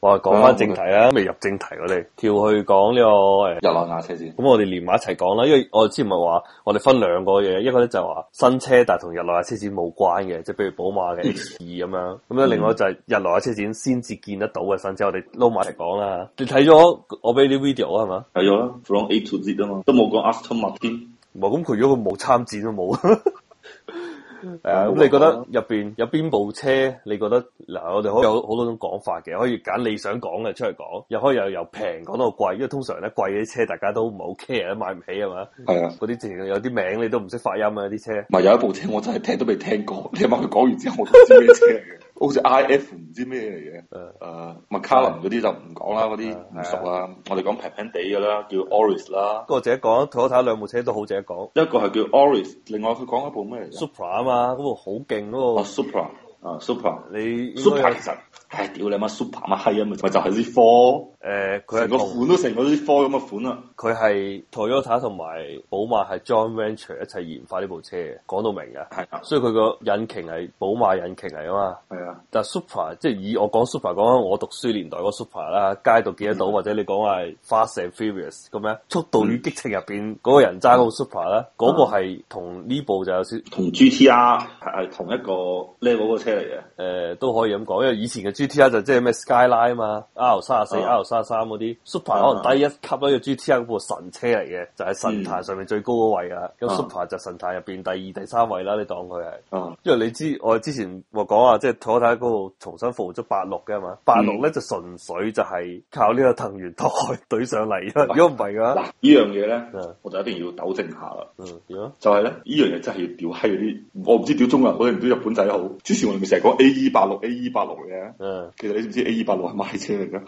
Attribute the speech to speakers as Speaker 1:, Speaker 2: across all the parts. Speaker 1: 我哋講翻正題啦，未入正題我哋跳去講呢、個誒。
Speaker 2: 日內瓦車展，
Speaker 1: 咁我哋連埋一齊講啦，因為我之前咪話我哋分兩個嘢，一個咧就話新車，但係同日內瓦車展冇關嘅，即係譬如寶馬嘅 X 二咁樣。咁咧另外就係日內瓦車展先至見得到嘅新車，我哋撈埋嚟講啦。你睇咗我俾啲 video 啊，係嘛？
Speaker 2: 係咗啦，from A to Z 啊嘛，都冇講 aftermarket 添。
Speaker 1: 唔係咁佢如果佢冇參展都冇。 係啊，咁你覺得入邊有邊部車？你覺得嗱，我哋可以有好多種講法嘅，可以揀你想講嘅出嚟講，又可以由由平講到貴，因為通常咧貴嘅啲車大家都唔係好 care，買唔起係嘛？
Speaker 2: 係啊，
Speaker 1: 嗰啲直情有啲名你都唔識發音啊！啲車
Speaker 2: 唔係有一部車我真係聽都未聽過， 你阿媽佢講完之後我都唔知咩車嚟 嘅，好似 I F 唔知咩嚟嘅。
Speaker 1: 誒
Speaker 2: 誒麥卡倫嗰啲就唔講啦，嗰啲唔熟啦。我哋講平平地嘅啦，叫 Oris 啦，
Speaker 1: 嗰個值得講，Toyota 兩部車都好值得講
Speaker 2: 一個係叫 Oris，另外佢講一部咩嚟嘅？
Speaker 1: ，Supra 啊嘛，嗰部好勁
Speaker 2: 哦
Speaker 1: 嗰
Speaker 2: ，Supra 啊，Supra。
Speaker 1: 個，你應該
Speaker 2: Super 其實，唉，屌你媽，Super 乜閪啊，咪就係啲科，
Speaker 1: 誒呃佢係
Speaker 2: 成個
Speaker 1: 同
Speaker 2: 款都成個啲科咁嘅款啊啦。
Speaker 1: 佢係 Toyota 同埋寶馬係 joint venture 一齊研發呢部車嘅，講到明嘅，
Speaker 2: 係啊，
Speaker 1: 所以佢個引擎係寶馬引擎嚟啊嘛。
Speaker 2: 係啊，
Speaker 1: 但 Supra 即係以我講 Supra 講緊我讀書年代嗰 Supra 啦，街度見得到，
Speaker 2: 嗯
Speaker 1: 或者你講係 Fast and Furious 咁樣，《速度與激情》入邊嗰個人揸
Speaker 2: 嗯
Speaker 1: 嗰個 Supra 啦，嗰個係同呢部就有少。
Speaker 2: 同 GTR 係同一個 level 嘅車嚟嘅。
Speaker 1: 誒、呃都可以咁講，因為以前嘅 GTR 就即係咩 Skyline 啊嘛，R 三十四、
Speaker 2: 啊
Speaker 1: R 三十三嗰啲
Speaker 2: 啊
Speaker 1: ，Super 可能低一級啦，因為 GTR 嗰部神車嚟嘅，就喺、神壇上面最高嗰位啦。咁、
Speaker 2: 啊
Speaker 1: Super 就神壇入邊第二、第三位啦，你當佢係。
Speaker 2: 啊，
Speaker 1: 因為你知我之前我講啊，即係 Toyota 嗰度重新復活咗八六嘅嘛，八
Speaker 2: 嗯
Speaker 1: 六咧就純粹就係靠呢個藤原拓海懟上嚟， 如果唔係嘅
Speaker 2: 嗱
Speaker 1: 話，
Speaker 2: 呢樣嘢咧
Speaker 1: 嗯，
Speaker 2: 我就一定要糾正下啦。
Speaker 1: 嗯點啊？
Speaker 2: 就係咧，呢樣嘢真係要屌閪嗰啲，我唔知屌中國人好定唔屌日本仔好。之前我哋咪成日講 A E 八六 A E 八六嘅，
Speaker 1: 嗯，
Speaker 2: 其實你知唔知 A E 八六係乜閪車嚟㗎？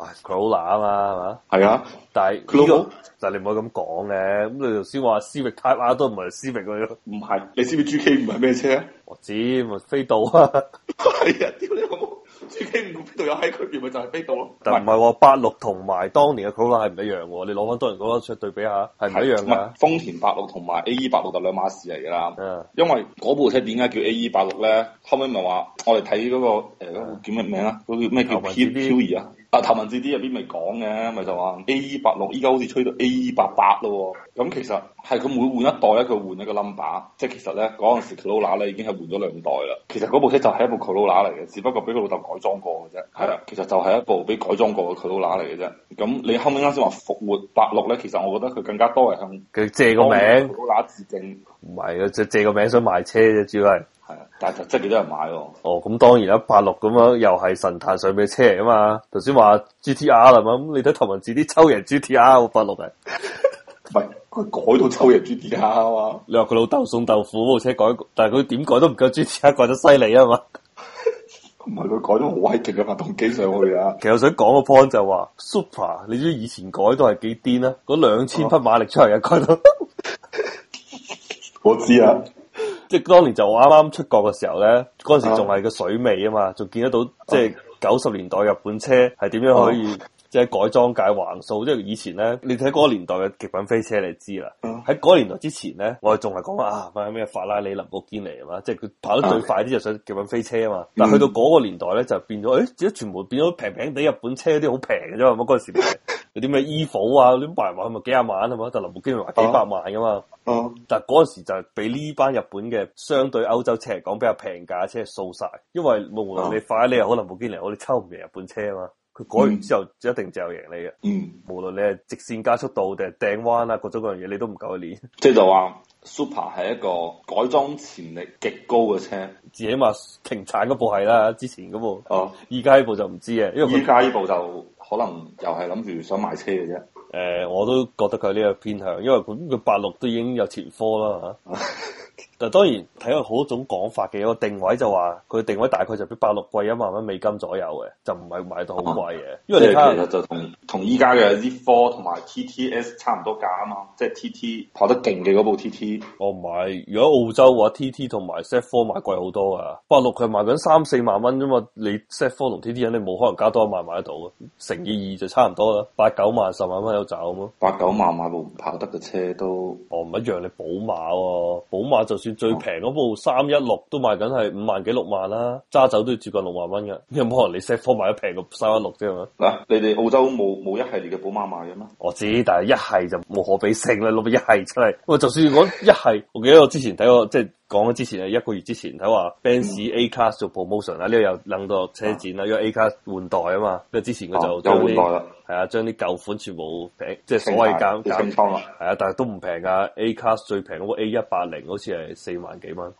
Speaker 1: 唉佢好乸啊嘛，係嘛？
Speaker 2: 係啊，
Speaker 1: 但係
Speaker 2: 佢老
Speaker 1: 呢個
Speaker 2: 母
Speaker 1: 但係你唔可以咁講嘅，咁你頭先話 Civic Type R 都唔係 Civic 嗰啲。
Speaker 2: 唔係，你知唔知 G K 唔係咩車啊？
Speaker 1: 我知，咪飛到啊！
Speaker 2: 係啊，屌你老母！G K 唔邊度有閪區別咪就係飛度咯，
Speaker 1: 但唔係喎，八六同埋當年嘅 Corolla 係唔一樣喎。你攞翻當年 Corolla 出嚟對比下，係唔一樣
Speaker 2: 係
Speaker 1: 噶。
Speaker 2: 豐田八六同埋 A E 八六就兩碼事嚟㗎啦。
Speaker 1: 嗯，
Speaker 2: 因為嗰部車點解叫 A E 八六咧？後尾咪話我哋睇嗰個誒、呃嗰個叫咩名啊？嗰個叫咩叫
Speaker 1: 頭文字
Speaker 2: P
Speaker 1: D
Speaker 2: Q 二啊？啊頭文字 D 入邊咪講嘅，咪就話 A E 八六依家好似吹到 A E 八八咯喎。咁其實係佢每換一代咧，佢換一個 number，即係啊其實咧嗰陣時 Corolla 咧已經係換咗兩代啦。其實嗰部車就係一部 Corolla 嚟嘅，只不過俾佢老豆改裝過嘅啫。係啦，其實就係一部俾改裝過嘅 Corolla 嚟嘅啫。咁你後尾啱先話復活八六咧，其實我覺得佢更加多係向
Speaker 1: 佢借個名
Speaker 2: Corolla 致敬。
Speaker 1: 唔係啊，就借個名想賣車啫，主要係。
Speaker 2: 係啊，但係就真係幾多人買喎。
Speaker 1: 哦，咁當然啦，八六咁樣又係神壇上面嘅車嚟啊嘛。頭先話 GTR 啦嘛，咁你睇頭文字啲抽人 GTR 八六嘅，
Speaker 2: 唔係佢改到抽人 G T R 啊嘛，
Speaker 1: 你話佢老豆送豆腐部車改，但係佢點改都唔夠 GTR 改得犀利啊嘛。
Speaker 2: 唔係佢改咗好閪勁嘅發動機上去啊，
Speaker 1: 其實我想講個 point 就係話 Supra，你知唔知以前改都係幾癲啦，嗰兩千匹馬力出嚟嘅啊改到。
Speaker 2: 我知啊，
Speaker 1: 即係當年就我啱啱出國嘅時候咧，嗰陣時仲係個水尾啊嘛，仲見得到即係九十年代日本車係點樣可以。即係改裝界橫掃，即係以前咧，你睇嗰個年代嘅極品飛車，你知啦。
Speaker 2: 嗯
Speaker 1: 喺嗰個年代之前咧，我哋仲係講話啊，咩咩法拉利、林寶堅尼啊嘛，即係佢跑得最快啲就上極品飛車啊嘛。但係去到嗰個年代咧，就變咗，誒、自己全部變咗平平地日本車嗰啲好平嘅啫嘛。嗰陣時咪有啲咩 EVO 啊，啲賣埋去咪幾廿萬啊嘛，但林寶堅尼賣幾百萬噶嘛。
Speaker 2: 嗯，
Speaker 1: 但嗰陣時就係俾呢班日本嘅相對歐洲車嚟講比較平價嘅車掃晒，因為無
Speaker 2: 哦
Speaker 1: 論你快啊你又好，林寶堅尼又好，你抽唔贏日本車啊嘛。佢改完之後一定就贏你嘅，
Speaker 2: 嗯，
Speaker 1: 無論你係直線加速度定係掟彎啊，各種各樣嘢你都唔夠佢練。
Speaker 2: 即係就話 Super 係一個改裝潛力極高嘅車，
Speaker 1: 自己嘛停產嗰部係啦，之前嗰部，
Speaker 2: 哦，
Speaker 1: 依家呢部就唔知啊嘅，因為
Speaker 2: 依
Speaker 1: 佢
Speaker 2: 家呢部就可能又係諗住想賣車嘅啫，
Speaker 1: 誒、呃我都覺得佢呢個偏向，因為佢佢八六都已經有前科啦 嚇。但當然睇有好多種講法嘅，有個定位就話佢啊定位大概就比八六貴一萬蚊美金左右嘅，就唔係賣到好貴嘅。因
Speaker 2: 哦即
Speaker 1: 為
Speaker 2: 係
Speaker 1: 你睇
Speaker 2: 其
Speaker 1: 下
Speaker 2: 實就同同依家嘅 Z4 同埋 TTS 差唔多價啊嘛，即係 TT 跑得勁嘅嗰部 TT，
Speaker 1: 我唔係，如果澳洲嘅話，TT 同埋 Set Four 賣貴好多啊，八六佢賣緊三四萬蚊啫嘛，你 Set Four 同 TT 肯定冇可能加多一萬買得到啊，乘以二就差唔多啦，八九萬十萬蚊有找咁咯。
Speaker 2: 八九萬買部唔跑得嘅車都
Speaker 1: 哦，唔一樣，你寶馬喎、寶馬就算
Speaker 2: 哦
Speaker 1: 最平嗰部三一六都賣緊係五萬幾六萬啦，揸走都要接近六萬蚊嘅， 有冇可能你 Set Four 賣得平過三一六啫嘛？
Speaker 2: 嗱、你哋澳洲冇冇一系列嘅寶馬賣嘅咩？
Speaker 1: 我知，但係一係就冇可比性啦，攞個一係出嚟。喂，就算 我一係，我記得我之前睇過，即係講咗之前係一個月之前睇話
Speaker 2: 嗯
Speaker 1: Benz A Class 做 promotion 啦，呢個又楞到車展啦，因為 A Class 換代啊嘛，因為之前佢就
Speaker 2: 啊有
Speaker 1: 將
Speaker 2: 換
Speaker 1: 啲
Speaker 2: 代啦，
Speaker 1: 係啊，將啲舊款全部平，即係所謂減
Speaker 2: 清
Speaker 1: 減。
Speaker 2: 倉啦。
Speaker 1: 係啊，但係都唔平噶，A Class 最平嗰部 A 一八零好似係四萬幾蚊，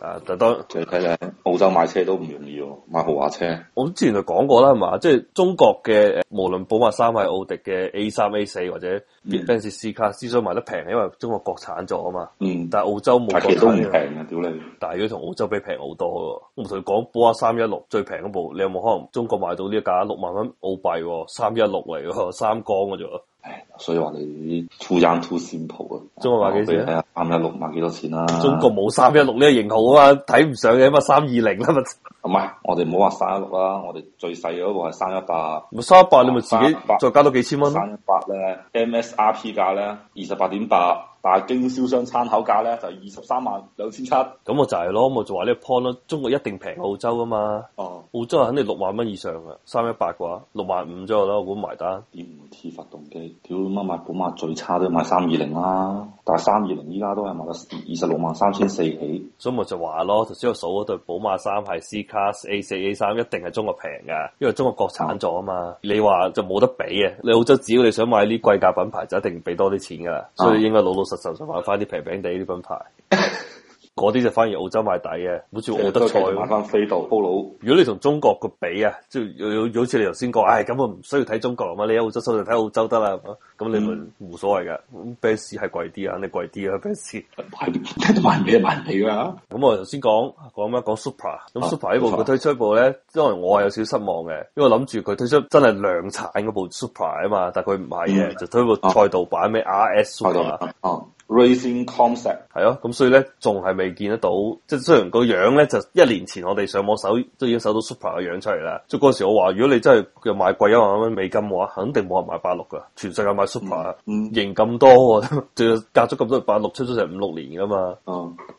Speaker 1: 啊，但當
Speaker 2: 就睇睇澳洲買車都唔容易喎，買豪華車。
Speaker 1: 我之前就講過啦，係嘛？即係中國嘅誒無論寶馬三系、奧迪嘅 A 三、A 四或者
Speaker 2: 嗯
Speaker 1: Benz C 卡，之所以賣得平，因為中國國產咗啊嘛。
Speaker 2: 嗯，
Speaker 1: 但係澳洲冇啊國
Speaker 2: 但其實都唔
Speaker 1: 產
Speaker 2: 平
Speaker 1: 嘅，
Speaker 2: 嘅，屌你！
Speaker 1: 但係如果同澳洲比平好多喎。我同你講，寶馬三一六最平嗰部，你有冇可能中國買到呢一架六萬蚊澳幣喎？三一六嚟喎，三缸嘅啫喎。
Speaker 2: 唉，所以話你 too young too simple 啊！
Speaker 1: 中國買幾
Speaker 2: 我俾你
Speaker 1: 錢
Speaker 2: 睇下三一六買幾多錢啦、啊
Speaker 1: 中國冇三一六呢個型號啊嘛，睇唔上嘅嘛，三二零啦嘛。
Speaker 2: 唔係，我哋唔好話三一六啦，我哋最細嗰部係三一八，
Speaker 1: 咪三百你咪自己
Speaker 2: 318
Speaker 1: 再加多幾千蚊咯。
Speaker 2: 三一八咧 MSRP 價咧二十八點八，但係經銷商參考價咧就二十三萬兩千七。
Speaker 1: 咁我就係咯，我就話呢個 point 咯，中國一定平過澳洲啊嘛。
Speaker 2: 哦，
Speaker 1: 澳洲係肯定六萬蚊以上嘅，三一八嘅話六萬五左右啦，我估埋單。
Speaker 2: 點會 T 發動機？屌乜買寶馬最差都要買三二零啦，但係三二零依家都係賣得二十六萬三千四起。
Speaker 1: 所以咪就話咯，頭先我數嗰對寶馬三係 C Class A 四 A 三，一定係中國平嘅，因為中國國產咗啊嘛。你話就冇得比嘅，你澳洲只要你想買呢貴價品牌，就一定俾多啲錢㗎啦。所以應該老老實實就買翻啲平平地啲品牌。 嗰啲就反而澳洲買底嘅，好似奧德賽
Speaker 2: 都係繼續買
Speaker 1: 咁。
Speaker 2: 翻飛度、高佬。
Speaker 1: 如果你同中國個比啊，即係好似你頭先講，唉咁我唔需要睇中國啊嘛，你喺澳洲收就睇澳洲得啦，係嘛咁
Speaker 2: 嗯
Speaker 1: 你咪無所謂噶。咁 Benz 係貴啲啊，肯定貴啲啊 Benz。
Speaker 2: 買 買咩買你㗎？
Speaker 1: 咁我頭先講講咩講 Supra，咁
Speaker 2: 啊
Speaker 1: Supra 呢部
Speaker 2: Supra
Speaker 1: 佢推出一部咧，當然我係有少少失望嘅，因為諗住佢推出真係量產嗰部 Supra 啊嘛，但佢唔係嘅，
Speaker 2: 嗯
Speaker 1: 就推部
Speaker 2: 啊
Speaker 1: 賽道版咩 RS
Speaker 2: 喺度
Speaker 1: Supra。
Speaker 2: 啊，Racing Concept
Speaker 1: 係咯，咁所以咧仲係未見得到，即係雖然個樣咧就一年前我哋上網搜都已經搜到 Supra 嘅樣出嚟啦。即係嗰時我話，如果你真係又賣貴一啊萬蚊美金嘅話，肯定冇人買八六噶，全世界買 Supra 啊
Speaker 2: 嗯嗯
Speaker 1: 型咁多喎，仲要隔咗咁多年八六出咗成五六年噶嘛。
Speaker 2: 啊，